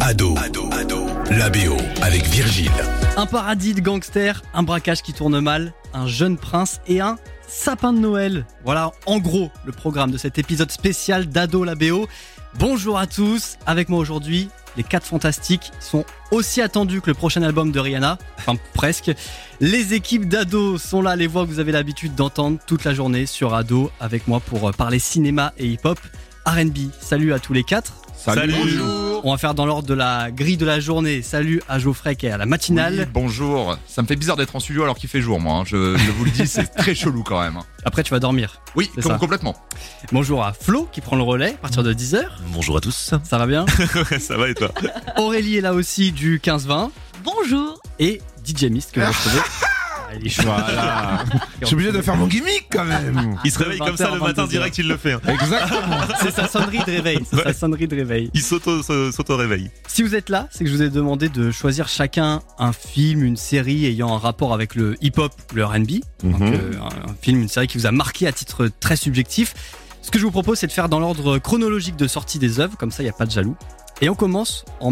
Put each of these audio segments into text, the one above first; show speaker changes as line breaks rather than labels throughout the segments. Ado. Ado. Ado. La BO avec Virgile.
Un paradis de gangsters, un braquage qui tourne mal, un jeune prince et un sapin de Noël. Voilà en gros le programme de cet épisode spécial d'Ado la BO. Bonjour à tous, avec moi aujourd'hui, les 4 fantastiques sont aussi attendus que le prochain album de Rihanna, enfin presque. Les équipes d'Ado sont là, les voix que vous avez l'habitude d'entendre toute la journée sur Ado avec moi pour euh, parler cinéma et hip-hop. RB, salut à tous les quatre.
Salut.
On va faire dans l'ordre de la grille de la journée. Salut à Geoffrey qui est à la matinale.
Oui, bonjour. Ça me fait bizarre d'être en studio alors qu'il fait jour, moi. hein. Je, je vous le dis, c'est très chelou quand même. hein.
Après, tu vas dormir.
Oui,
C'est
com-
ça.
complètement.
Bonjour à Flo qui prend le relais à partir de 10h.
Bonjour à tous.
Ça va bien
Ça va et toi
Aurélie est là aussi du 15-20.
Bonjour
Et DJ Mist que vous retrouvez. Ah, il est chaud.
Je suis obligé de faire mon gimmick quand même.
Il se réveille comme ça le
20h,
matin direct, il le fait. hein.
Exactement.
C'est sa sonnerie de réveil. C'est sa sonnerie de réveil.
Il s'auto- s'auto-réveille.
Si vous êtes là, c'est que je vous ai demandé de choisir chacun un film, une série ayant un rapport avec le hip-hop ou le RB. Donc, euh, un, un film, une série qui vous a marqué à titre très subjectif. Ce que je vous propose, c'est de faire dans l'ordre chronologique de sortie des œuvres, comme ça, il n'y a pas de jaloux. Et on commence en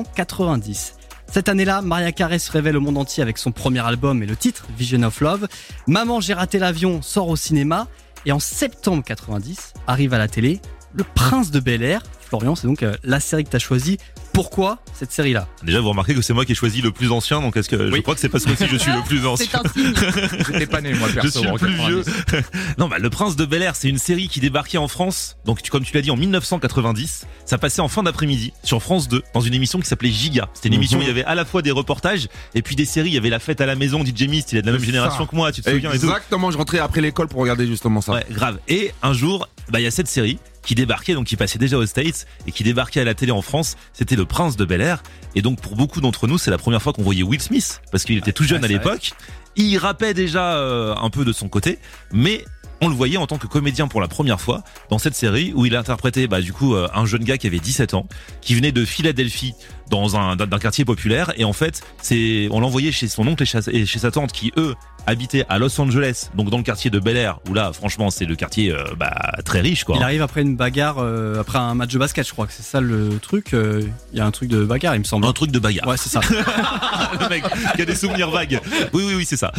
1990. Cette année-là, Maria Carey se révèle au monde entier avec son premier album et le titre, Vision of Love. Maman, j'ai raté l'avion sort au cinéma. Et en septembre 90, arrive à la télé Le Prince de Bel Air. Florian, c'est donc euh, la série que tu as choisie. Pourquoi cette série-là
Déjà, vous remarquez que c'est moi qui ai choisi le plus ancien, donc est-ce que je
Oui.
crois que c'est parce que aussi je suis le plus ancien.
C'est un signe.
J'étais pas né, moi, perso.
Je suis le
en
plus
90.
vieux. Non, bah, Le Prince de Bel Air, c'est une série qui débarquait en France, donc tu- comme tu l'as dit, en 1990. Ça passait en fin d'après-midi sur France 2, dans une émission qui s'appelait Giga. C'était une émission où il y avait à la fois des reportages et puis des séries. Il y avait La Fête à la Maison, DJ Mist, il est de la même
C'est
génération
ça.
que moi, tu te souviens et tout.
Exactement, je rentrais après l'école pour regarder justement ça.
Ouais, grave. Et un jour, bah, il y a cette série qui débarquait, donc qui passait déjà aux States et qui débarquait à la télé en France. C'était Le Prince de Bel Air. Et donc, pour beaucoup d'entre nous, c'est la première fois qu'on voyait Will Smith parce qu'il était tout jeune
ouais,
à
c'est
l'époque. Il rappait déjà euh, un peu de son côté, mais on le voyait en tant que comédien pour la première fois dans cette série où il interprétait bah, du coup euh, un jeune gars qui avait 17 ans, qui venait de Philadelphie dans un d'un- d'un quartier populaire et en fait c'est on l'envoyait chez son oncle et chez- et chez sa tante qui eux habitaient à Los Angeles donc dans le quartier de Bel Air où là franchement c'est le quartier euh, bah, très riche quoi.
Il arrive après une bagarre, euh, après un match de basket, je crois que c'est ça le truc. euh, Il y a un truc de bagarre, il me semble.
Un truc de bagarre.
Ouais, c'est ça.
le mec qui a des souvenirs vagues. Oui, oui, oui, c'est ça.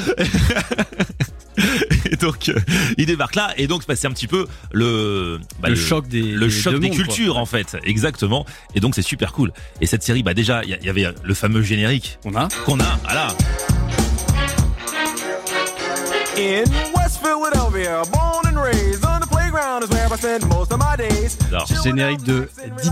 et donc, euh, il débarque là, et donc, bah, c'est un petit peu le, bah,
le, choc des,
le
des
choc
deux
des
mondes, quoi.
cultures, en fait. Exactement. Et donc, c'est super cool. Et cette série, bah, déjà, il y a- il y avait le fameux générique
On a.
qu'on a. Ah là,
in West Philadelphia. Born and raised on the playground is where I spent most of my days.
Alors,
Générique de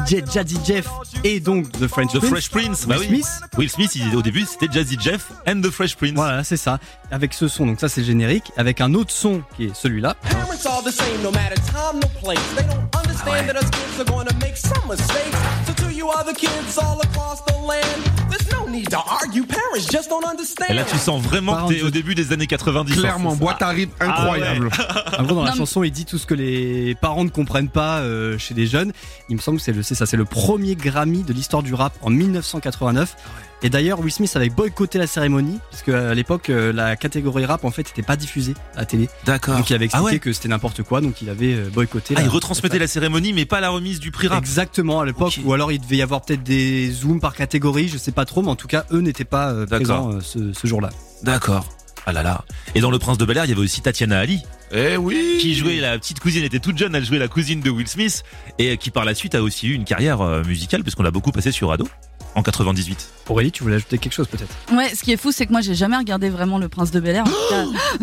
DJ Jazzy Jeff et donc The French
The
Prince.
Fresh Prince. Bah
Will
oui.
Smith.
Will Smith, il- au début, c'était Jazzy Jeff and The Fresh Prince.
Voilà, c'est ça. Avec ce son, donc ça c'est le générique, avec un autre son qui est celui-là.
Parents are the same no matter time, no place. They don't understand that us kids are going to make some mistakes. So to you other kids all across the land, there's no need to argue. Parents just don't understand.
Et là, tu sens vraiment que t'es au début des années 90. hein.
Clairement,
C'est-
boîte à rythme incroyable.
En gros, dans la
Non, mais-
chanson, il dit tout ce que les parents ne comprennent pas euh, chez les jeunes. Il me semble que c'est le, c'est ça, c'est le premier Grammy de l'histoire du rap en 1989. Et d'ailleurs, Will Smith avait boycotté la cérémonie parce que à l'époque, euh, la catégorie rap en fait n'était pas diffusée à la télé.
D'accord.
Donc il avait expliqué
Ah ouais.
que c'était n'importe quoi, donc il avait euh, boycotté.
Ah,
la-
il retransmettait la cérémonie, mais pas la remise du prix rap.
Exactement à l'époque,
Ok.
ou alors il devait y avoir peut-être des zooms par catégorie, je sais pas trop, mais en tout cas eux n'étaient pas euh,
D'accord.
présents euh, ce, ce jour-là.
D'accord. Ah là là. Et dans Le Prince de Bel Air, il y avait aussi Tatiana Ali,
Eh oui.
qui jouait la petite cousine, elle était toute jeune, elle jouait la cousine de Will Smith, et euh, qui par la suite a aussi eu une carrière euh, musicale, puisqu'on l'a beaucoup passé sur Ado, en 98.
Aurélie, tu voulais ajouter quelque chose peut-être
Ouais, ce qui est fou, c'est que moi, j'ai jamais regardé vraiment Le Prince de Bel Air.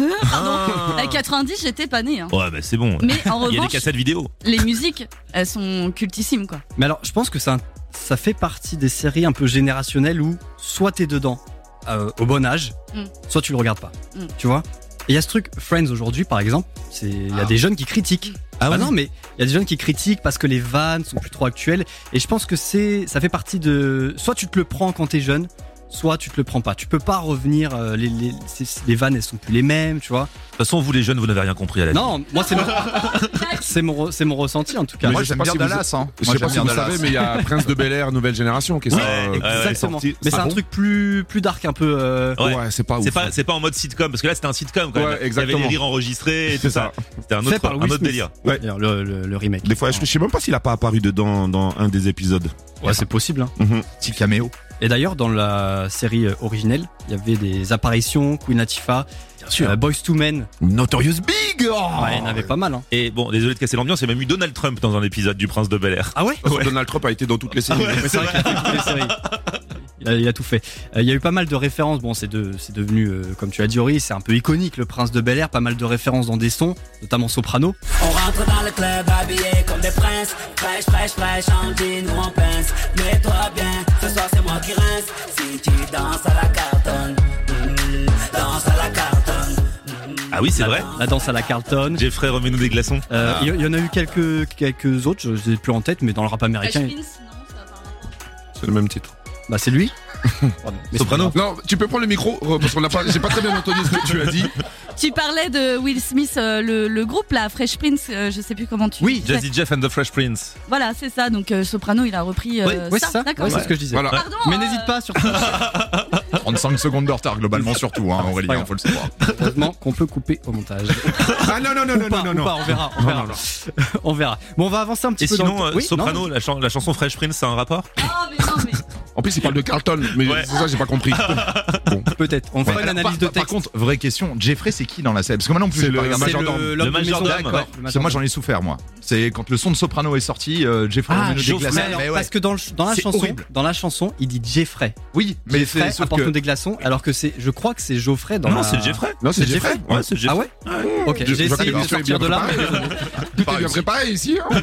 À 90, j'étais pas née. hein.
Ouais, bah c'est bon.
Mais
Il y
en
a des
revanche,
cassettes vidéo.
les musiques, elles sont cultissimes, quoi.
Mais alors, je pense que ça, ça fait partie des séries un peu générationnelles où soit t'es dedans euh, au bon âge,
Mm.
soit tu le regardes pas.
Mm.
Tu vois Et il y a ce truc, Friends aujourd'hui par exemple, c'est- il y a des jeunes qui critiquent.
Mm.
Ah
Bah
ouais
non, mais il y a des jeunes qui critiquent parce que les vannes sont plus trop actuelles. Et je pense que c'est, ça fait partie de. Soit tu te le prends quand t'es jeune, soit tu te le prends pas. Tu peux pas revenir, euh, les, les, c'est- les vannes elles sont plus les mêmes, tu vois.
toute façon, vous les jeunes, vous n'avez rien compris à la vie.
Non, moi c'est mon, c'est mon, re- c'est mon ressenti en tout cas.
Mais
Moi
je sais
j'aime
pas
bien
si vous-
Dallas. hein.
Je
Moi,
sais pas
j'aime
si
bien
vous
Dallas.
savez, mais il y a Prince de Bel Air, nouvelle génération, qui est
Ouais,
ça.
ouais, ouais,
Exactement.
sorti-
Mais c'est
Ah
un
bon
truc plus, plus dark un peu. euh,
Ouais.
Ouais, c'est pas ouf.
C'est pas, c'est pas en mode sitcom, parce que là c'était un sitcom quand
Ouais,
même. Il y avait
exactement.
des rires enregistrés et
C'est
tout
ça.
ça. C'était un
Fait
autre,
par
un
Will
autre
Smith.
délire.
Ouais.
D'ailleurs, le, le- le remake.
Des fois, je je sais même pas s'il a pas apparu dedans dans un des épisodes.
Ouais, c'est possible. hein.
Petit caméo.
Et d'ailleurs, dans la série euh, originelle, il y avait des apparitions, Queen Latifah, euh, Boys to Men.
Notorious Big
Oh,
Ouais, il y en avait pas mal. Hein.
Et bon, désolé de casser l'ambiance, il y a même eu Donald Trump dans un épisode du Prince de Bel Air.
Ah ouais
Donald Trump a été dans toutes les séries.
Ouais, c'est vrai qu'il a fait toutes les séries. Il a, il a tout fait. Euh, Il y a eu pas mal de références. Bon, c'est de- c'est devenu, euh, comme tu as dit, Ori, c'est un peu iconique, le prince de Bel Air. Pas mal de références dans des sons, notamment Soprano.
On rentre dans le club habillé comme des princes. Fraîche, fraîche, fraîche, en jean ou en pince. Mets-toi bien, ce soir c'est moi qui rince. Si tu danses à la cartonne, hmm, danse à la cartonne. mm-hmm.
Ah oui, c'est vrai.
La danse à la Carlton.
Jeffrey, remets-nous des glaçons.
Euh, Il y- il y en a eu quelques, quelques autres, je ne les ai plus en tête, mais dans le rap américain,
C'est le même titre.
bah, c'est lui. Mais
Soprano.
Non, tu peux prendre le micro euh, parce qu'on n'a pas, j'ai pas très bien entendu ce que tu as dit.
Tu parlais de Will Smith, euh, le, le groupe là, Fresh Prince, euh, je sais plus comment tu
Oui,
tu fais.
Jazzy Jeff and the Fresh Prince.
Voilà, c'est ça. Donc euh, Soprano, il a repris euh,
Ouais, ouais, c'est ça,
D'accord.
Ouais, c'est ce que je disais.
Voilà.
Pardon.
Mais
euh,
n'hésite pas, surtout,
35 secondes de retard globalement surtout,
Ah,
hein,
pas
Aurélien,
grave.
faut le savoir.
heureusement qu'on peut couper au montage.
Ah non, non, non, non,
Ou pas,
non, non,
ou pas, on verra, on verra. On verra. Bon, on va avancer un petit
Et
peu. dans
sinon,
le-
euh,
Oui, non,
Soprano, la, chan- la chanson Fresh Prince, c'est un rapport
Ah, mais non, mais-
Bah
En plus, il parle de Carlton, mais
Ouais.
c'est ça, j'ai pas compris.
peut-être. On fera une
Alors,
analyse
par,
de
par
texte.
contre, euh, vraie question, Jeffrey c'est qui dans la scène Parce que moi non plus
C'est
j'ai pas
le-
regardé.
c'est
C'est
majordome.
le- l'homme
Le
maison
majordome,
blanche,
d'accord.
ouais, le
Parce que moi j'en ai souffert moi. C'est quand le son de Soprano est sorti, euh, Jeffrey
Ah,
Romano des
Geoffrey,
Glaçons.
alors,
Mais ouais.
parce que dans, le- dans la
C'est
chanson,
horrible.
dans la chanson, il dit Jeffrey.
Oui, mais
Jeffrey
c'est sauf
apporte
que-
des glaçons, alors que c'est, je crois que c'est Geoffrey dans
Non,
la-
c'est Jeffrey.
Non, c'est
Jeffrey.
Jeffrey.
Ouais, c'est
Ah
Jeffrey.
ouais. Ok.
Je- je
J'ai
vois
essayé
que
de
l'émission est
sortir
bien
de là.
préparée. Tout est bien préparé ici. hein.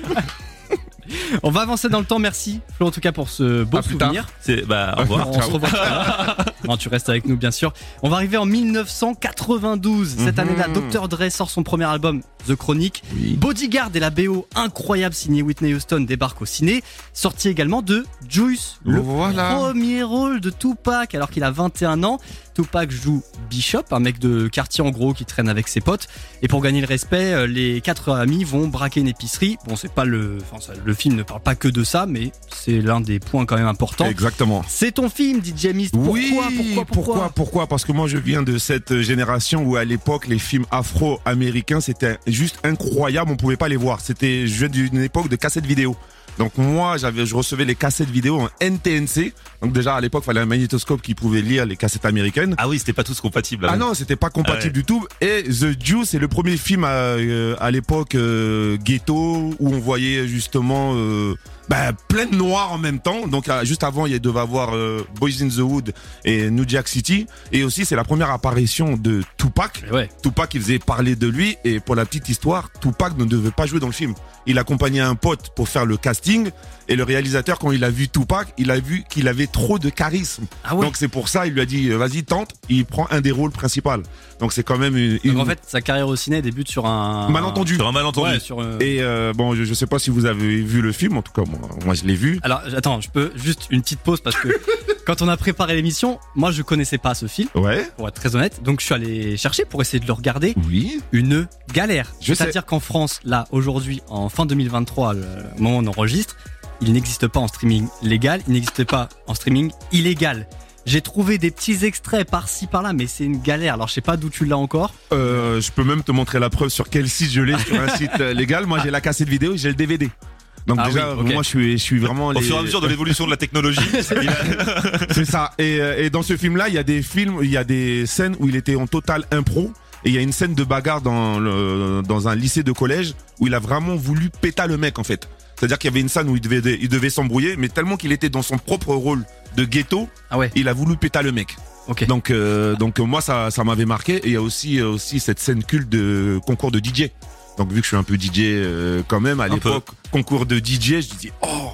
On va avancer dans le temps. Merci Flo en tout cas pour ce beau
À plus tard. Ah,
souvenir.
C'est bah au revoir.
On se revoit tout à l'heure. Non, tu restes avec nous, bien sûr. On va arriver en 1992. Cette
Mhm.
année-là, Dr. Dre sort son premier album, The Chronic. Bodyguard et la BO incroyable signée Whitney Houston débarquent au ciné. Sorti également de Juice, le
Ah,
Voilà.
premier rôle de Tupac alors qu'il a 21 ans. Tupac joue Bishop, un mec de quartier en gros qui traîne avec ses potes. Et pour gagner le respect, euh, les quatre amis vont braquer une épicerie. Bon, c'est pas le, enfin, ça- le film ne parle pas que de ça, mais c'est l'un des points quand même importants.
Exactement.
C'est ton film, dit Jamis. Pourquoi,
Oui,
pourquoi, pourquoi,
pourquoi, pourquoi Parce que moi je viens de cette génération où à l'époque les films afro-américains c'était juste incroyable, on pouvait pas les voir. C'était je viens d'une époque de cassettes vidéo. Donc moi j'avais je recevais les cassettes vidéo en NTNC. Donc déjà à l'époque fallait un magnétoscope qui pouvait lire les cassettes américaines.
Ah oui, c'était pas tous compatibles.
Ah non, c'était pas compatible
Ah ouais.
du tout. Et The Jew, c'est le premier film à, euh, à l'époque euh, ghetto où on voyait justement euh, bah, plein de noirs en même temps. Donc euh, juste avant, il devait avoir euh, Boys in the Hood et New Jack City. Et aussi, c'est la première apparition de Tupac.
Mais Eh ouais.
Tupac, il faisait parler de lui. Et pour la petite histoire, Tupac ne devait pas jouer dans le film. Il accompagnait un pote pour faire le casting. Et le réalisateur, quand il a vu Tupac, il a vu qu'il avait trop de charisme.
Ah ouais.
Donc c'est pour ça, il lui a dit, euh, vas-y, tente. Il prend un des rôles principaux. Donc c'est quand même une,
Donc
une-
en fait, sa carrière au ciné débute sur un.
malentendu.
Sur un malentendu.
Ouais, sur, euh,
Et euh, bon, je, je sais pas si vous avez vu le film. En tout cas, moi, moi je l'ai vu.
Alors attends, je peux juste une petite pause parce que quand on a préparé l'émission, moi je connaissais pas ce film,
Ouais.
pour être très honnête. Donc je suis allé chercher pour essayer de le regarder.
Oui.
Une galère.
Je sais.
C'est-à-dire qu'en France, là aujourd'hui, en fin 2023, le au moment où on enregistre, il n'existe pas en streaming légal, il n'existe pas en streaming illégal. J'ai trouvé des petits extraits par-ci par-là, mais c'est une galère. Alors je sais pas d'où tu l'as encore.
Euh, je peux même te montrer la preuve sur quel site je l'ai, sur un site euh, légal. Moi, j'ai la cassette vidéo et j'ai le DVD. Donc
Ah
déjà,
oui, ok.
moi, je suis, je suis vraiment.
Au
les-
fur et à mesure de l'évolution de la technologie, il
Ah
a-
C'est ça. Et, euh, et dans ce film-là, il y a des films, il y a des scènes où il était en total impro. Et il y a une scène de bagarre dans, le, dans un lycée de collège où il a vraiment voulu péta le mec en fait. C'est-à-dire qu'il y avait une scène où il devait, il devait s'embrouiller, mais tellement qu'il était dans son propre rôle de ghetto,
Ah ouais.
il a voulu péta le mec.
Ok.
Donc, euh, donc euh, moi, ça, ça m'avait marqué. Et il y a aussi, euh, aussi cette scène culte de concours de DJ. Donc, vu que je suis un peu DJ euh, quand même, à
Un peu.
l'époque, concours de DJ, je dis, oh,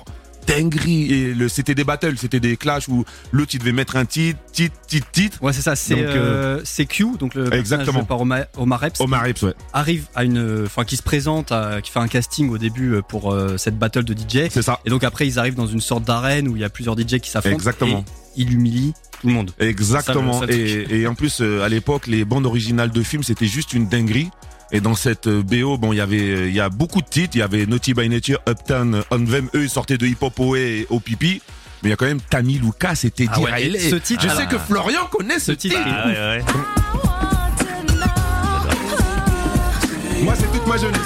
dinguerie. Et le, c'était des battles, c'était des clashs où l'autre, il devait mettre un titre, titre, titre, titre.
Ouais, c'est ça, c'est
Donc, euh,
euh, c'est Q, donc le personnage
Exactement.
joué par Omar, Omar Epps,
Omar Epps, ouais.
arrive à une, euh, enfin qui se présente, à- qui fait un casting au début euh, pour euh, cette battle de DJ.
C'est ça.
Et donc après ils arrivent dans une sorte d'arène où il y a plusieurs DJ qui s'affrontent.
Exactement.
Et il humilie tout le monde.
Exactement.
Ça, le- ça, le truc.
et, et en plus, euh, à l'époque, les bandes originales de films, c'était juste une dinguerie. Et dans cette euh, BO, bon, il y avait, euh, il y a beaucoup de titres. Il y avait Naughty by Nature, Uptown, euh, Unvem. Eux, ils sortaient de Hip Hop Away et au pipi. Mais il y a quand même Tammy Lucas, c'était
Ah ouais,
Dirailé.
et ce titre,
Je
alors-
sais que Florian connaît ce, titre.
Ah ouais, ouais.
Moi, c'est toute ma jeunesse.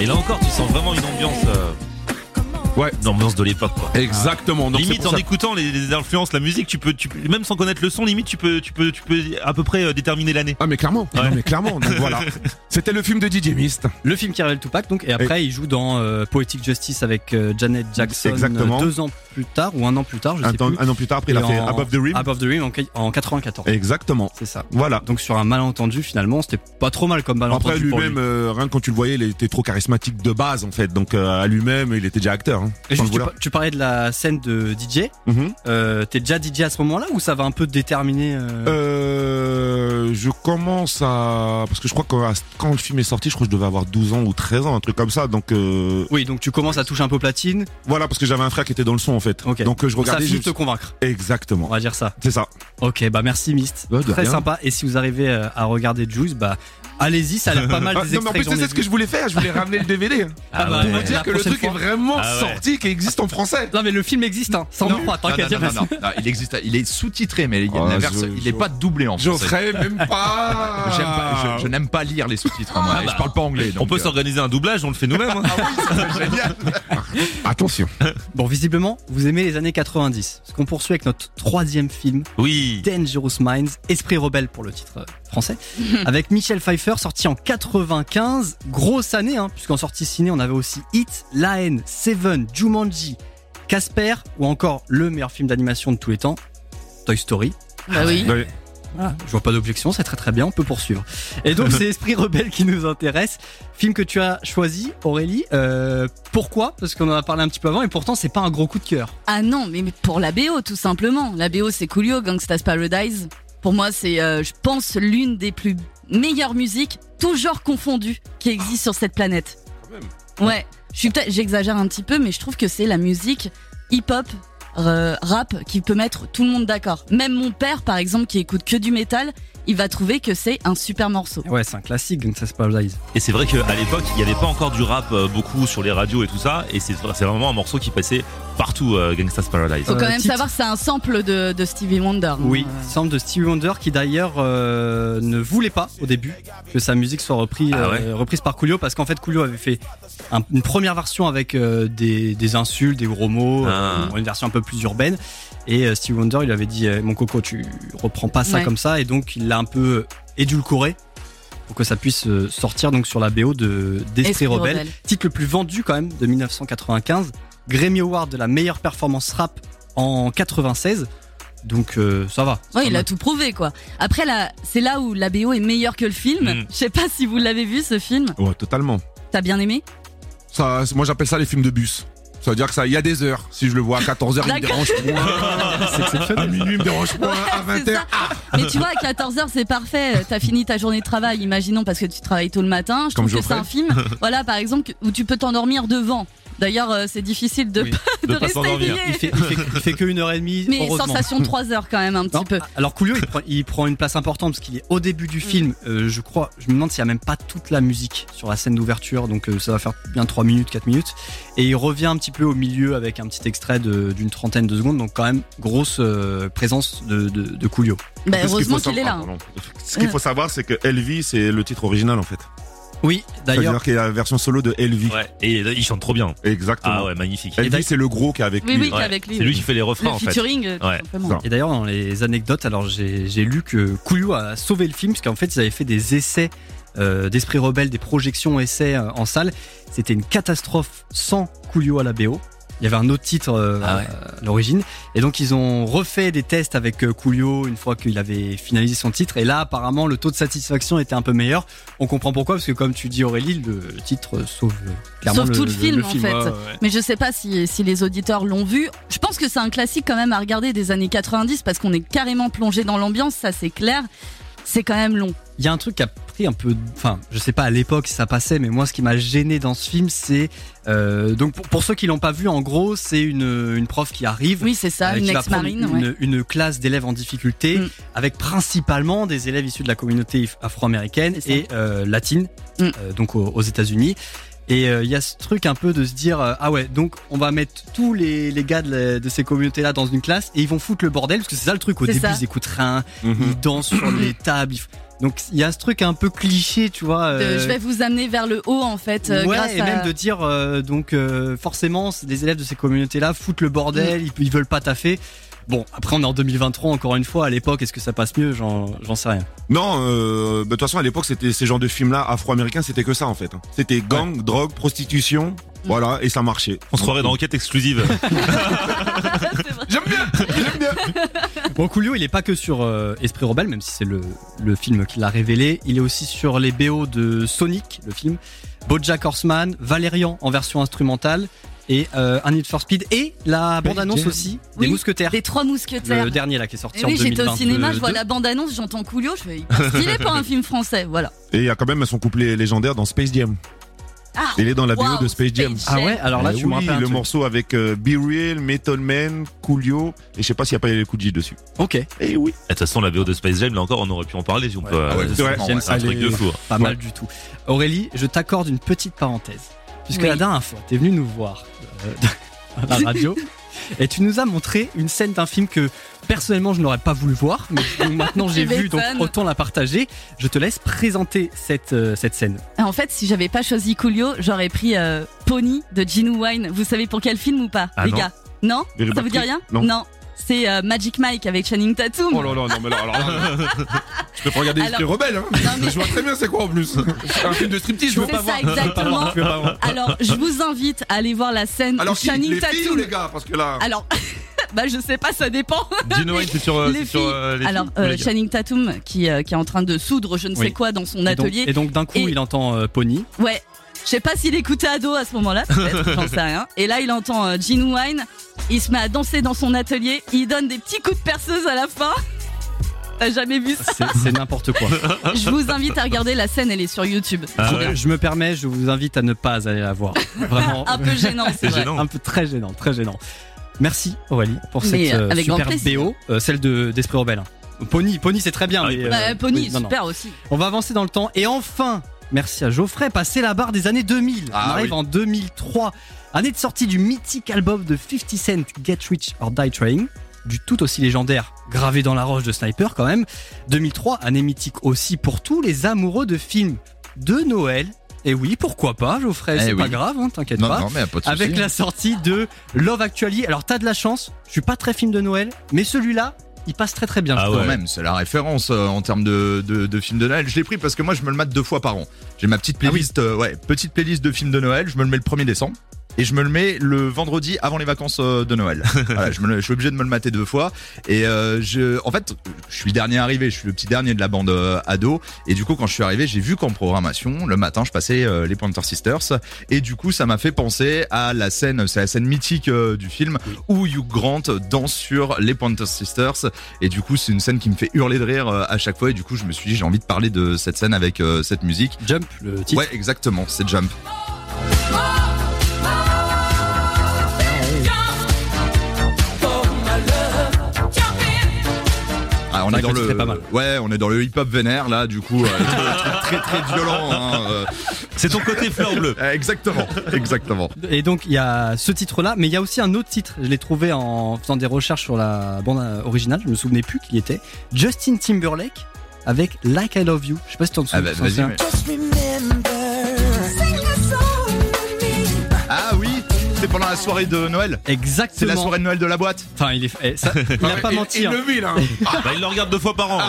Et là encore, tu sens vraiment une ambiance. euh,
Ouais.
Une ambiance de l'époque, quoi.
Exactement. Donc, c'est
limite
pour
en
ça-
écoutant les, les influences, la musique, tu peux, tu peux- même sans connaître le son, limite tu peux, tu peux, tu peux à peu près euh, déterminer l'année.
Ah mais clairement, non, mais clairement. Donc voilà, c'était le film de Didier Mist.
Le film qui révèle Tupac, donc, et après, il joue dans euh, Poetic Justice avec euh, Janet Jackson
Exactement.
euh, deux ans plus tard ou un an plus tard, je
Un,
sais
temps-
plus.
un an plus tard, après, il a
Et
fait
en-
Above the Rim.
Above the Rim en, en 94.
Exactement.
C'est ça.
Voilà.
Donc sur un malentendu finalement, c'était pas trop mal comme malentendu
Après
pour lui.
lui-même, euh, rien que quand tu le voyais, il était trop charismatique de base en fait. Donc euh, à lui-même, il était déjà acteur. Hein,
Et juste,
Sans le
tu,
vouloir.
par- tu parlais de la scène de DJ.
Mhm.
Euh, T'es déjà DJ à ce moment-là ou ça va un peu déterminer euh,
Euh, je commence à parce que je crois que à- quand le film est sorti, je crois que je devais avoir 12 ans ou 13 ans, un truc comme ça. Donc euh,
Oui, donc tu commences à toucher un peu platine.
voilà, parce que j'avais un frère qui était dans le son en fait.
Ok.
Donc euh, je
Ça a
regardais
fini de
juste.
te convaincre.
Exactement.
On va dire ça.
C'est ça.
Ok, bah merci Mist.
Bah, de
Très
rien.
sympa. Et si vous arrivez euh, à regarder Juice, bah allez-y, ça a l'air pas mal
Ah,
des
non mais en
extraits.
plus,
que j'en ai
c'est ce que
vus.
je voulais faire. Je voulais ramener le DVD. hein.
Ah bah,
Pour
la
dire que le
prochaine
truc est
fois.
vraiment
Ah ouais.
sorti, qui existe en français.
Non mais le film existe, hein. Sans moi,
Non,
t'inquiète.
non, non, non,
Bah,
non. il existe, il est sous-titré, mais il y a
Oh,
la version-
je-
il
je-
n'est pas doublé en français.
J'oserais même pas.
J'aime pas- je je n'aime pas lire les sous-titres, hein, moi, et je parle pas anglais.
on
donc,
peut
euh,
s'organiser un doublage, on le fait nous-mêmes. hein.
Attention.
Bon, visiblement, vous aimez les années 90. Ce qu'on poursuit avec notre troisième film,
Oui.
Dangerous Minds, Esprit Rebelle pour le titre euh, français, avec Michel Pfeiffer, sorti en 95. Grosse année, hein, puisqu'en sortie ciné, on avait aussi Hit, La Haine, Seven, Jumanji, Casper, ou encore le meilleur film d'animation de tous les temps, Toy Story.
Bah oui.
Voilà, je vois pas d'objection, c'est très très bien, on peut poursuivre. Et donc c'est Esprit Rebelle qui nous intéresse. Film que tu as choisi, Aurélie. Euh, pourquoi Parce qu'on en a parlé un petit peu avant et pourtant c'est pas un gros coup de cœur.
Ah non, mais mais pour la BO tout simplement. La BO c'est Coolio, Gangsta's Paradise. Pour moi, c'est, euh, je pense, l'une des plus meilleures musiques, toujours confondues, qui existe sur cette planète. Ouais, je suis peut-être, j'exagère un petit peu, mais je trouve que c'est la musique hip-hop, euh, rap, qui peut mettre tout le monde d'accord. Même mon père, par exemple, qui écoute que du métal, il va trouver que c'est un super morceau.
Eh Ouais, c'est un classique, Gangsta's Paradise.
Et c'est vrai qu'à l'époque, il n'y avait pas encore du rap euh, beaucoup sur les radios et tout ça. Et c'est c'est vraiment un morceau qui passait partout, euh, Gangsta's Paradise.
Faut
Euh,
quand même
titre.
savoir, que c'est un sample de, de Stevie Wonder.
Oui,
Euh,
semble de Stevie Wonder qui d'ailleurs euh, ne voulait pas au début que sa musique soit reprise,
Ah ouais
euh, reprise par Coolio parce qu'en fait Coolio avait fait un- une première version avec euh, des, des insultes, des gros mots,
Ah.
euh, une version un peu plus urbaine. Et euh, Stevie Wonder il lui avait dit euh, mon coco tu reprends pas ça
Ouais.
comme ça et donc il l'a un peu euh, édulcoré pour que ça puisse euh, sortir donc sur la BO de d'Esprit
Esprit
Rebelle,
Rebelle.
titre le plus vendu quand même de 1995, Grammy Award de la meilleure performance rap en 96. Donc euh, ça va. c'est
Ouais,
pas
il a
mal.
tout prouvé quoi. Après là, c'est là où la BO est meilleure que le film.
Mm.
Je sais pas si vous l'avez vu ce film.
Ouais,
Euh,
totalement.
T'as bien aimé
Ça, c'est- moi j'appelle ça les films de bus. Ça veut dire que ça, il y a des heures. Si je le vois à 14h, il me
D'accord.
dérange point.
C'est
À
exceptionnel.
minuit, il me dérange point. À
C'est
20h.
ça. Mais tu vois, à 14h, c'est parfait. T'as fini ta journée de travail, imaginons, parce que tu travailles tôt le matin. Je
Comme
trouve que c'est
Geoffrey.
un film, voilà, par exemple, que- où tu peux t'endormir devant. D'ailleurs, euh, c'est difficile de,
Oui,
pas- de
de pas
rester
s'endormir.
éveillé.
Il fait, il, fait, il fait que une heure et demie.
Mais
heureusement.
sensation 3 heures quand même, un petit
Non,
peu. Bah,
Alors Coolio, il prend, il prend une place importante parce qu'il est au début du film. Euh, je crois, je me demande s'il n'y a même pas toute la musique sur la scène d'ouverture. Donc euh, ça va faire bien 3 minutes, 4 minutes. Et il revient un petit peu au milieu avec un petit extrait de- d'une trentaine de secondes. Donc quand même, grosse euh, présence de, de, de Coolio.
Bah,
Parce qu'il faut
heureusement qu'il est
savoir-
là.
Ah, pardon. Ce qu'il faut savoir, c'est que Elvis, c'est le titre original en fait.
Oui, d'ailleurs.
C'est-à-dire qu'il y a la version solo de Elvis.
Ouais. Et là, il chante trop bien.
Exactement.
Ah ouais, magnifique.
Et d'ailleurs-
Elvis, c'est le gros qui est avec
Oui,
lui.
oui, qu'avec lui.
C'est lui qui fait les
Le
refrains en fait.
featuring, euh, tout
Ouais.
simplement.
Ça.
Et d'ailleurs, dans les anecdotes, alors j'ai j'ai lu que Coolio a sauvé le film, parce qu'en fait, ils avaient fait des essais euh, d'Esprit Rebelle, des projections essais euh, en salle. C'était une catastrophe sans Coolio à la BO. Il y avait un autre titre euh,
Ah ouais.
à l'origine. Et donc, ils ont refait des tests avec euh, Coolio une fois qu'il avait finalisé son titre. Et là, apparemment, le taux de satisfaction était un peu meilleur. On comprend pourquoi, parce que comme tu dis, Aurélie, le titre sauve euh, clairement
Sauve tout le film, en fait.
Ouais, ouais.
Mais je sais pas si, si les auditeurs l'ont vu. Je pense que c'est un classique quand même à regarder des années 90 parce qu'on est carrément plongé dans l'ambiance, ça c'est clair. C'est quand même long.
Il y a un truc qui a pris remarqué un peu, enfin, je sais pas à l'époque si ça passait, mais moi ce qui m'a gêné dans ce film, c'est euh, donc pour, pour ceux qui l'ont pas vu, en gros, c'est une, une prof qui arrive.
Oui, c'est ça,
euh,
une
qui va prendre
ex-marine.
une,
ouais.
une classe d'élèves en difficulté,
Mm.
avec principalement des élèves issus de la communauté if- afro-américaine
C'est ça.
et euh, latine,
Mm.
euh, donc aux, aux États-Unis. Et euh, il y a ce truc un peu de se dire euh, ah ouais donc on va mettre tous les, les gars de, la- de ces communautés là dans une classe et ils vont foutre le bordel parce que c'est ça le truc au
C'est
début
ça.
ils écoutent rien ils dansent sur les tables ils f- donc il y a ce truc un peu cliché tu vois
De-
euh,
je vais vous amener vers le haut en fait euh,
ouais,
grâce
et
à
même de dire euh, donc euh, forcément c'est des élèves de ces communautés-là foutent le
Mm.
bordel, ils, ils veulent pas taffer. Bon, après on est en 2023 encore une fois. À l'époque, est-ce que ça passe mieux J'en j'en sais rien.
Non, euh, bah, de toute façon, à l'époque, c'était ces genres de films-là afro-américains, c'était que ça en fait. hein. C'était gang, drogue,
Mm.
prostitution, voilà, et ça marchait.
On se croirait dans Enquête exclusive. Eh,
J'aime bien, j'aime bien.
Bon, Coolio, il est pas que sur euh, Esprit Rebelle, même si c'est le, le film qui l'a révélé. Il est aussi sur les BO de Sonic, le film, BoJack Horseman, Valérian en version instrumentale et euh, Un Need for Speed et la bande-annonce aussi des
Oui,
Mousquetaires.
des trois mousquetaires.
Le dernier là qui est sorti
Et
en
oui, j'étais au
2022.
cinéma, je vois la bande-annonce, j'entends Coolio, je fais hyper stylé pour un film français, voilà.
Et il y a quand même son couplet légendaire dans Space Jam.
Ah,
Il est dans la BO
waouh,
de Space Jam.
Ah ouais, alors là
Eh
tu me
oui,
rappelles un
le
truc.
morceau avec euh, Be Real, Metal Man, Coolio, et je sais pas s'il n'y a pas les coups de J dessus.
Ok.
Et oui.
De toute façon, la BO de Space Jam, là encore, on aurait pu en parler si on peut.
Ah ouais,
euh,
c'est
ouais.
vraiment,
J'aime
ouais.
c'est un
Allez.
truc de fou. hein.
Pas mal du tout. Aurélie, je t'accorde une petite parenthèse. Puisque
Oui.
la dernière fois, t'es venue nous voir euh, à la radio et tu nous as montré une scène d'un film que personnellement je n'aurais pas voulu voir, mais que maintenant j'ai
Tu
vu, donc
m'étonnes.
autant la partager. Je te laisse présenter cette, euh, cette scène.
En fait, si j'avais pas choisi Coolio, j'aurais pris euh, Pony de Gene Wine. Vous savez pour quel film ou pas,
Ah
les
non.
gars Non
Very
Ça
Bad
vous dit
Trip
rien
Non.
C'est euh, Magic Mike avec Channing Tatum.
Oh là là, non mais là, alors là, je peux pas regarder
Alors-
Esprit Rebelle, hein.
Non, mais-
Je vois très bien c'est quoi en plus. C'est un film de striptease, je veux
C'est
pas
ça
voir.
exactement. Alors, je hein. vous invite à aller voir la scène
Alors
où
qui, les
Channing
filles ou
Tatum.
les gars Parce que là,
Alors, bah je sais pas, ça dépend.
Dino Wayne, c'est sur, euh,
les
c'est sur
filles.
euh, les
Alors,
filles ou
euh,
les gars
Channing Tatum qui, euh, qui est en train de soudre je ne sais
Oui.
quoi dans son
Et donc-
atelier.
Et donc d'un coup,
Et-
il entend euh, Pony.
Ouais. Je sais pas s'il écoutait ado à ce moment-là, peut-être, j'en sais rien. Et là, il entend euh, Gene Wine, il se met à danser dans son atelier, il donne des petits coups de perceuse à la fin. T'as jamais vu ça
C'est c'est n'importe quoi.
Je vous invite à regarder la scène, elle est sur YouTube.
Ah
Je-
ouais.
Je me permets, je vous invite à ne pas aller la voir. Vraiment,
Un peu gênant, c'est
C'est
vrai.
gênant.
un peu très gênant, très gênant. Merci Aurélie pour
Mais,
cette
euh,
euh,
avec grand
super
plaisir.
BO, euh, celle de d'Esprit Rebelle. Pony, Pony c'est très bien.
Ah,
mais,
Bah,
euh,
Pony,
oui, non, non.
super aussi.
On va avancer dans le temps et enfin, merci à Geoffrey, passer la barre des années 2000.
Ah
on arrive
oui.
en 2003, année de sortie du mythique album de 50 Cent, Get Rich or Die Trying, du tout aussi légendaire, gravé dans la roche de Sniper quand même. 2003, année mythique aussi pour tous les amoureux de films de Noël. Et oui, pourquoi pas, Geoffrey,
Eh
c'est pas
oui.
grave, hein, t'inquiète
Non,
pas
non, mais pas de souci.
avec la sortie de Love Actually. Alors t'as de la chance, je suis pas très film de Noël, mais celui-là, il passe très très bien. je
Ah
trouve.
ouais.
Quand même, c'est la référence euh, en termes de, de, de films de Noël. Je l'ai pris parce que moi, je me le mate deux fois par an. J'ai ma
Ah
petite playlist, euh, ouais, petite playlist de films de Noël. Je me le mets le 1er décembre. Et je me le mets le vendredi avant les vacances euh, de Noël. Voilà, je, me le- je suis obligé de me le mater deux fois. Et euh, je, en fait, je suis le dernier arrivé. Je suis le petit dernier de la bande euh, ado. Et du coup, quand je suis arrivé, j'ai vu qu'en programmation, le matin, je passais euh, les Pointer Sisters. Et du coup, ça m'a fait penser à la scène, c'est la scène mythique euh, du film où Hugh Grant danse sur les Pointer Sisters. Et du coup, c'est une scène qui me fait hurler de rire euh, à chaque fois. Et du coup, je me suis dit, j'ai envie de parler de cette scène avec euh, cette musique.
Jump, le titre.
Ouais, exactement, c'est Jump. Ah, Ah, on
C'est vrai
est
que
dans
le titre
le,
est pas mal.
ouais, on est dans le hip-hop vénère là, du coup, euh, très, très très violent. hein, euh,
C'est ton côté fleur bleue.
euh, exactement, exactement.
Et donc il y a ce titre-là, mais il y a aussi un autre titre. Je l'ai trouvé en faisant des recherches sur la bande euh, originale. Je me souvenais plus qui était. Justin Timberlake avec Like I Love You. Je sais pas si t'en
Ah
souviens.
bah, vas-y. ouais. Ah oui, c'est pendant la soirée de Noël. C'est
Exactement.
la soirée de Noël de la boîte.
Enfin, il est. eh, ça- il a pas
il-
menti.
il
hein.
le vit là.
Bah, il le regarde deux fois par an. hein.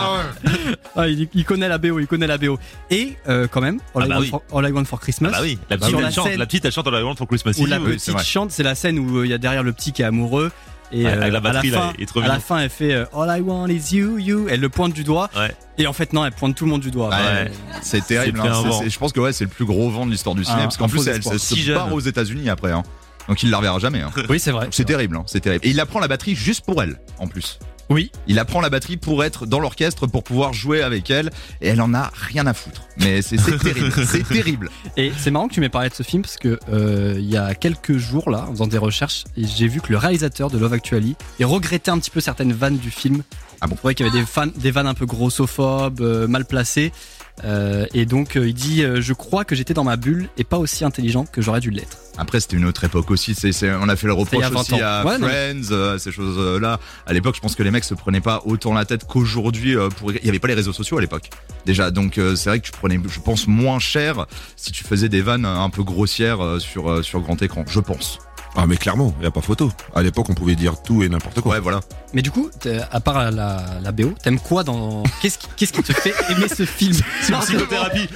Ah ouais.
Ah, il, il connaît la BO. Il connaît la BO. Et euh, quand même, All,
Ah
I
bah
Want
oui.
for, All I Want for Christmas.
Ah bah oui, la petite,
Sur la
elle chante,
scène.
la petite, elle chante à la Violent for Christmas
où
Eve.
la
Oui, c'est
petite
vrai.
chante, c'est la scène où euh, il y a derrière le petit qui est amoureux. Et
Ouais, avec
euh,
la
à,
batterie,
la
là,
fin,
il est trop
à la
mignon.
fin, elle fait euh, All I want is you, you. Elle le pointe du doigt.
Ouais.
Et en fait, non, elle pointe tout le monde du doigt.
Ouais, C'est terrible.
C'est
hein.
un
C'est-
vent.
c'est- je pense que ouais, c'est le plus gros vent de l'histoire du ciné.
Un-
parce
un
qu'en
faux
plus, elle,
espoir.
elle se
Si jeune.
barre aux États-Unis après. hein. Donc il la reverra jamais. hein.
Oui, c'est vrai.
C'est terrible, hein, c'est terrible. Et il apprend la batterie juste pour elle, en plus.
Oui.
Il apprend la batterie pour être dans l'orchestre, pour pouvoir jouer avec elle, et elle en a rien à foutre. Mais c'est c'est terrible, c'est terrible.
Et c'est marrant que tu m'aies parlé de ce film parce que euh, il y a quelques jours là, en faisant des recherches, et j'ai vu que le réalisateur de Love Actually il regrettait un petit peu certaines vannes du film.
Ah bon
Il trouvait qu'il y avait des, fans- des vannes un peu grossophobes, euh, mal placées. Euh, et donc euh, il dit euh, je crois que j'étais dans ma bulle et pas aussi intelligent que j'aurais dû l'être.
Après, c'était une autre époque aussi. c'est c'est- on a fait le
C'était il y
reproche
a 20
aussi
ans.
à
Ouais, non.
Friends, euh, à ces choses-là. À l'époque, je pense que les mecs se prenaient pas autant la tête qu'aujourd'hui. euh, pour... Il n'y avait pas les réseaux sociaux à l'époque. Déjà, donc euh, c'est vrai que tu prenais, je pense, moins cher si tu faisais des vannes un peu grossières euh, sur, euh, sur grand écran. Je pense.
Ah, mais clairement, il a pas photo. À l'époque, on pouvait dire tout et n'importe quoi.
Ouais, voilà.
Mais du coup, t'es- à part la, la BO, t'aimes quoi dans qu'est-ce qui, qu'est-ce qui te fait aimer ce film
C'est une psychothérapie.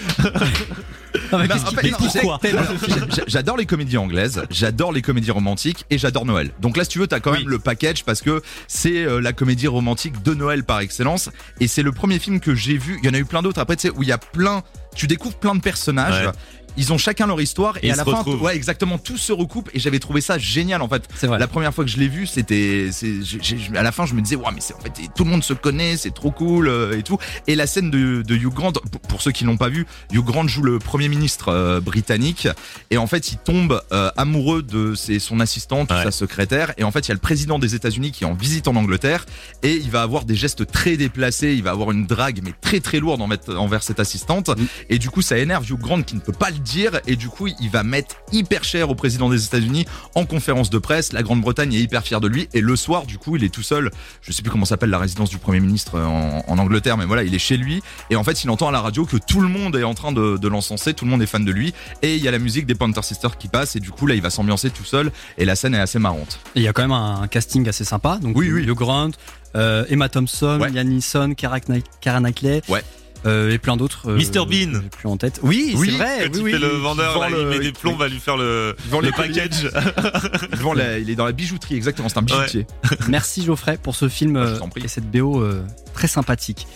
Non, mais
Non,
qu'est-ce qui-
en fait,
mais
non,
pourquoi
c'est- alors, j'a- j'a- J'adore les comédies anglaises, j'adore les comédies romantiques et j'adore Noël. Donc là, si tu veux, t'as quand même le package parce que c'est euh, la comédie romantique de Noël par excellence. Et c'est le premier film que j'ai vu. Il y en a eu plein d'autres après, tu sais, où il y a plein. Tu découvres plein de personnages.
Ouais.
Ils ont chacun leur histoire et,
Ils
à
se
la fin,
retrouvent.
ouais, exactement, tout se recoupe et j'avais trouvé ça génial en fait.
C'est vrai.
La première fois que je l'ai vu, c'était, c'est- j'ai- j'ai- à la fin, je me disais, ouais, mais c'est en fait, tout le monde se connaît, c'est trop cool euh, et tout. Et la scène de, de Hugh Grant, pour- pour ceux qui l'ont pas vu, Hugh Grant joue le premier ministre euh, britannique et en fait, il tombe euh, amoureux de ses, son assistante, ou
Ouais.
sa secrétaire. Et en fait, il y a le président des États-Unis qui est en visite en Angleterre et il va avoir des gestes très déplacés, il va avoir une drague mais très très lourde en mettre- envers cette assistante. Et du coup, ça énerve Hugh Grant qui ne peut pas le dire. Et du coup, il va mettre hyper cher au président des États-Unis en conférence de presse. La Grande-Bretagne est hyper fière de lui. Et le soir, du coup, il est tout seul. Je sais plus comment s'appelle la résidence du Premier ministre euh, en, en Angleterre, mais voilà, il est chez lui. Et en fait, il entend à la radio que tout le monde est en train de, de l'encenser, tout le monde est fan de lui. Et il y a la musique des Panther Sisters qui passe. Et du coup, là, il va s'ambiancer tout seul. Et la scène est assez marrante.
Il y a quand même un casting assez sympa. Donc,
Oui, oui.
Hugh Grant, euh, Emma Thompson,
Ouais.
Liam Neeson, Cara Knight- Cara Knightley.
Ouais.
euh, et plein d'autres. euh,
Mr. Bean.
j'ai plus en tête. Oui,
Oui,
c'est vrai.
Tu
Eh oui,
fais
oui.
le vendeur,
vend
là, il
le-
met des plombs, va lui faire le,
Il vend
le
les colliers.
package.
Il vend la- il est dans la bijouterie, exactement. C'est un bijoutier.
Merci Geoffrey pour ce film
Bah, Je
euh,
t'en prie.
et cette BO euh, très sympathique.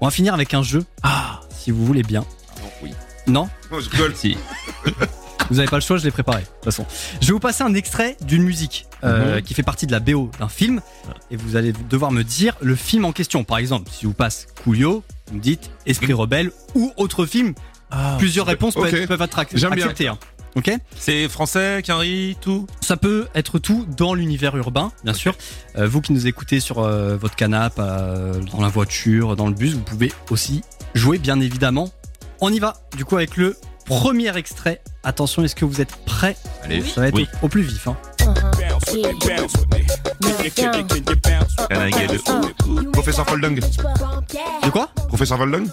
On va finir avec un jeu. Ah, si vous voulez bien.
oui.
Non
Non, je rigole.
Vous avez pas le choix, je l'ai préparé. De toute façon, je vais vous passer un extrait d'une musique euh,
Mhm.
qui fait partie de la BO d'un film, et vous allez devoir me dire le film en question. Par exemple, si je vous passe Coolio, vous me dites Esprit rebelle ou autre film. Plusieurs réponses peuvent
Ah, ok.
être, peuvent être ac-
J'aime bien.
acceptées. hein. Ok
C'est français, Quinry, tout.
ça peut être tout dans l'univers urbain, bien sûr. Euh, vous qui nous écoutez sur euh, votre canapé, euh, dans la voiture, dans le bus, vous pouvez aussi jouer, bien évidemment. On y va, du coup, avec le premier extrait. Attention, est-ce que vous êtes prêts
Allez.
Ça va être
Oui.
au, au plus vif. hein.
Bounce with me, bounce with me. Can you, can you, can you bounce with
Canagale.
Professeur Folding.
De quoi
Professeur Folding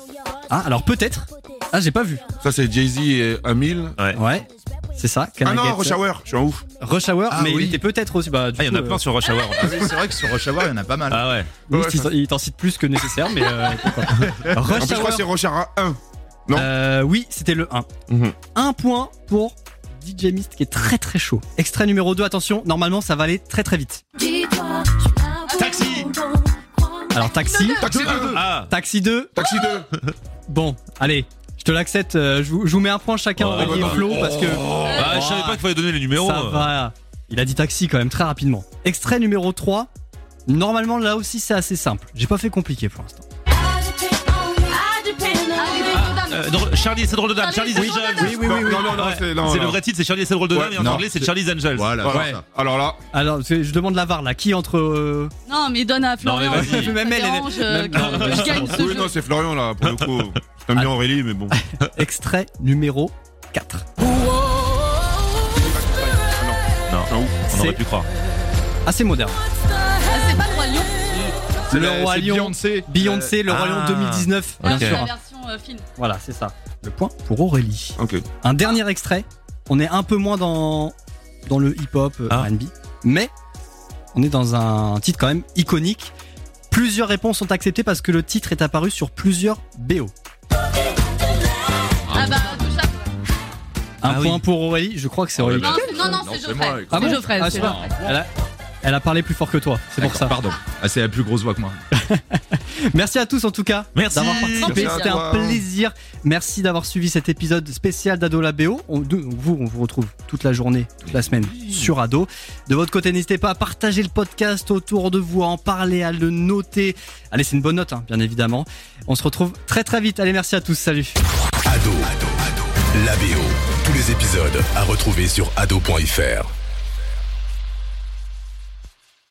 Ah, alors peut-être. Ah, j'ai pas vu.
Ça, c'est Jay-Z et Amil.
Ouais, c'est ça. Can
Ah
I
non,
get-
Rush Hour, je suis un ouf.
Rush Hour,
Ah
mais
oui.
il était peut-être aussi. Bah, du
Ah, il y en a
coup,
plein
euh,
sur Rush Hour.
Ah oui, c'est vrai que sur Rush Hour, il y en a pas mal.
Ah ouais.
oui,
Ouais,
il t'en- il t'en cite plus que nécessaire, mais euh, pourquoi pas. Rush
En plus, je crois
Hour.
que c'est Rush Hour 1. Non
Euh, oui, c'était le 1.
Mhm.
Un point pour DJ Mist qui est très très chaud. Extrait numéro 2, attention, normalement ça va aller très très vite.
Taxi
Alors taxi,
Taxi 2
Ah
taxi 2,
Taxi 2
bon, allez, je te l'accepte, euh, je, vous, je vous mets un point chacun,
Oh,
Aurélie
bah,
et Flo, parce que
Oh.
Ah, je savais pas qu'il fallait donner les numéros.
ça va. Il a dit taxi quand même très rapidement. Extrait numéro 3, normalement là aussi c'est assez simple, j'ai pas fait compliqué pour l'instant.
Euh, drôle- Charlie, c'est drôle de dame. Charlie,
Charlie,
Angels.
Oui, oui, oui. Non, non, non, c'est non,
C'est
non.
le vrai titre, c'est Charlie, c'est drôle de dame.
Ouais,
Et en
non.
anglais, c'est Charlie's Angels.
Voilà,
Voilà.
c'est ça.
Alors là,
Alors c'est- je demande la VAR là, qui entre... euh,
Non, mais donne à Florian.
mais vas-y.
ça me
Même elle, elle est-
dérange, euh,
même-
que je gagne ce
oui,
jeu.
non, c'est Florian là, pour le coup. J'aime bien Aurélie, mais bon.
Extrait numéro 4.
Non, on
C'est-
aurait pu croire.
Assez moderne.
Ah, c'est pas le roi lion.
C'est
Le
la-
Roi
c'est
Lion.
Beyoncé. Euh,
Beyoncé, le
Ah.
Royaume 2019, bien
Ah, c'est
sûr.
la version euh, film.
Voilà, c'est ça. Le point pour Aurélie.
Ok.
Un dernier extrait. On est un peu moins dans, dans le hip-hop, euh,
Ah.
RB, mais on est dans un titre quand même iconique. Plusieurs réponses sont acceptées parce que le titre est apparu sur plusieurs BO.
Ah, bah, de chaque-
Un
Ah oui. Oh
point pour Aurélie, je crois que c'est Aurélie.
Non, c'est- non, non, c'est
c'est moi,
Geoffrey.
Ah
C'est
bon
Geoffrey.
Ah,
c'est
c'est pas-
Geoffrey.
Elle a, elle a parlé plus fort que toi, c'est pour
D'accord,
ça.
Pardon. Ah, c'est la plus grosse voix que moi.
Merci à tous en tout cas
Merci.
d'avoir participé.
Merci à
C'était un
toi.
plaisir. Merci d'avoir suivi cet épisode spécial d'Ado La BO. On, nous, vous, on vous retrouve toute la journée, toute la semaine sur Ado. De votre côté, n'hésitez pas à partager le podcast autour de vous, à en parler, à le noter. Allez, c'est une bonne note, hein, bien évidemment. On se retrouve très très vite. Allez, merci à tous. Salut.
Ado, Ado, Ado. L'ABO. Tous les épisodes à retrouver sur ado.fr.